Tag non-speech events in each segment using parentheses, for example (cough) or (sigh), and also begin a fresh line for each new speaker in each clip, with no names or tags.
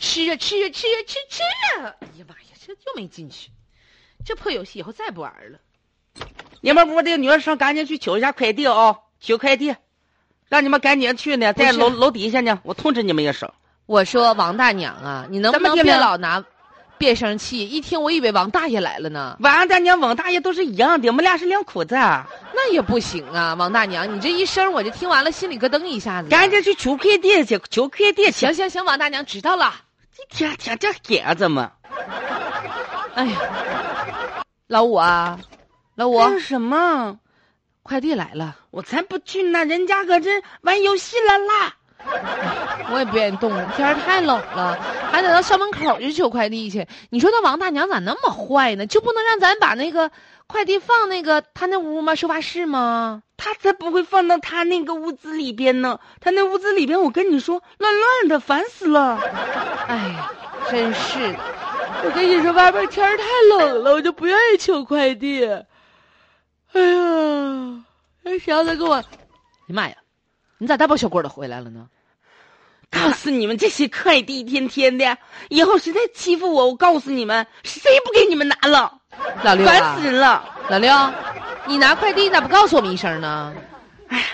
吃呀吃呀啊吃呀吃吃呀！哎呀妈呀，这就没进去，这破游戏以后再不玩了。
你们屋的女生赶紧去取一下快递啊、取快递，让你们赶紧去呢，在
不是
楼楼底下呢，我通知你们一声。
我说王大娘啊，你能不
怎么
能
的
别
呢
老拿变声器？一听我以为王大爷来了呢，
王大娘、王大爷都是一样的，我们俩是两口子啊，
那也不行啊！王大娘，你这一声我就听完了，心里咯噔一下子。
赶！紧去取快递去，取快递去
行。行行，王大娘知道了。
一天天这杆子嘛，
哎呀，老五啊，老五，
干什么？
快递来了，
我才不去呢，人家搁这玩游戏了啦。
我也不愿意动，天儿太冷了，还得到校门口去取快递去。你说那王大娘咋那么坏呢？就不能让咱把那个快递放那个她那屋吗？收发室吗？
他才不会放到他那个屋子里边呢，他那屋子里边，我跟你说，乱乱的，烦死了。
哎呀，真是的！我跟你说，外边天儿太冷了，我就不愿意取快递。哎呀，那小子给我，你妈呀，你咋大包小裹的回来了呢？
告诉你们，这些快递一天天的，以后谁再欺负我，我告诉你们，谁不给你们拿了，
老六啊
烦死，人了。
老六，你拿快递你咋不告诉我们一声呢？
哎呀，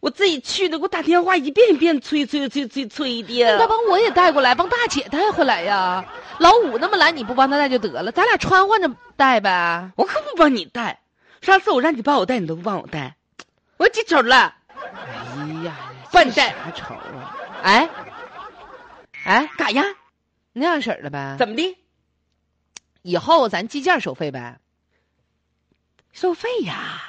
我自己去的，给我打电话一遍一遍催催催催催
你咋
的。
帮我也带过来，帮大姐带回来呀？老五那么懒，你不帮他带就得了，咱俩穿换着带呗。
我可不帮你带，上次我让你帮我带，你都不帮我带，我记仇了。
哎呀，
笨蛋
这啥仇啊？哎，哎，
干呀？
那样式儿的呗？
怎么的？
以后咱计件收费呗？
收费呀？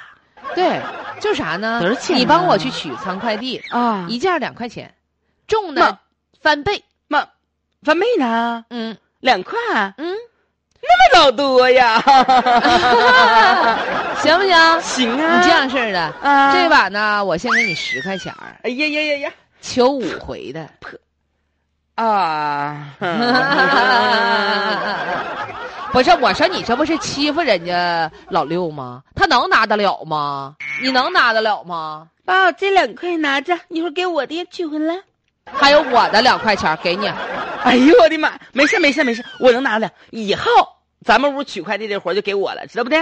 对，就是啥呢？
多少钱呢
你帮我去取仓快递，
啊，
一件儿两块钱，重
那
的翻倍。
妈，翻倍呢？
嗯
两块，
嗯，
那老多呀！
行不行？
行啊，
你这样式儿的，
啊，
这，把呢，我先给你十块钱儿，
哎呀呀呀呀！
求五回的。
(laughs) 啊，
(laughs) 不是，我说你这不是欺负人家老六吗？他能拿得了吗？你能拿得了吗？
把我这两块拿着，一会儿给我爹取回来。
还有我的两块钱给你，
哎呦我的妈！没事没事没事，我能拿的。以后咱们屋取快递这活儿就给我了，知道不得？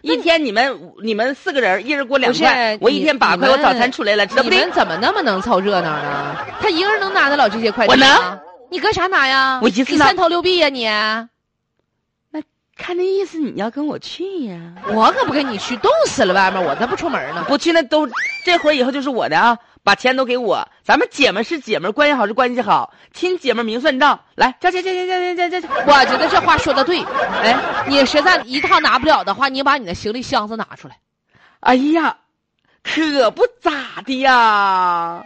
一天你们你们四个人，一人给我两块，
不
我
是
一天八块，
你
我
你们
早餐出来了，知道
你
不得
们？怎么那么能凑热闹呢？他一个人能拿得了这些快递
我
吗？
能
你搁啥拿呀？
我一次
你
拿
三头六臂呀你！
看那意思，你要跟我去呀？
我可不跟你去，冻死了外面，我才不出门呢。
不去那都，这会儿以后就是我的啊！把钱都给我，咱们姐们是姐们，关系好是关系好，亲姐们明算账。来，交钱交钱交钱交钱交钱！
我觉得这话说的对，哎，你实在一套拿不了的话，你把你的行李箱子拿出来。
哎呀，可不咋的呀！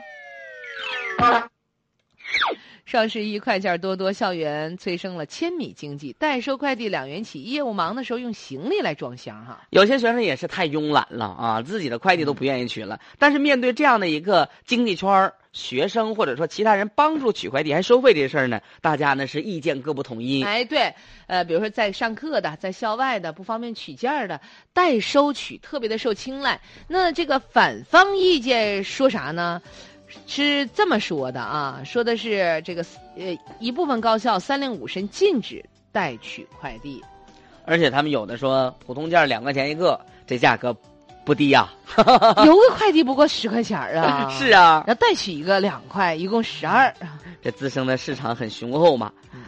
双十一快件多多，校园催生了千米经济，代收快递两元起，业务忙的时候用行李来装箱哈。
有些学生也是太慵懒了啊，自己的快递都不
嗯
愿意取了。但是面对这样的一个经济圈儿学生或者说其他人帮助取快递还收费这事儿呢，大家呢是意见各不统一。
哎，对，呃，比如说在上课的，在校外的，不方便取件儿的，代收取特别的受青睐。那这个反方意见说啥呢？是这么说的啊，说的是这个呃一部分高校三令五申禁止代取快递。
而且他们有的说普通件儿两块钱一个，这价格不低呀、，
邮个快递不过十块钱儿啊
(laughs) 是啊，
然后代取一个两块，一共十二。
这滋生的市场很雄厚嘛。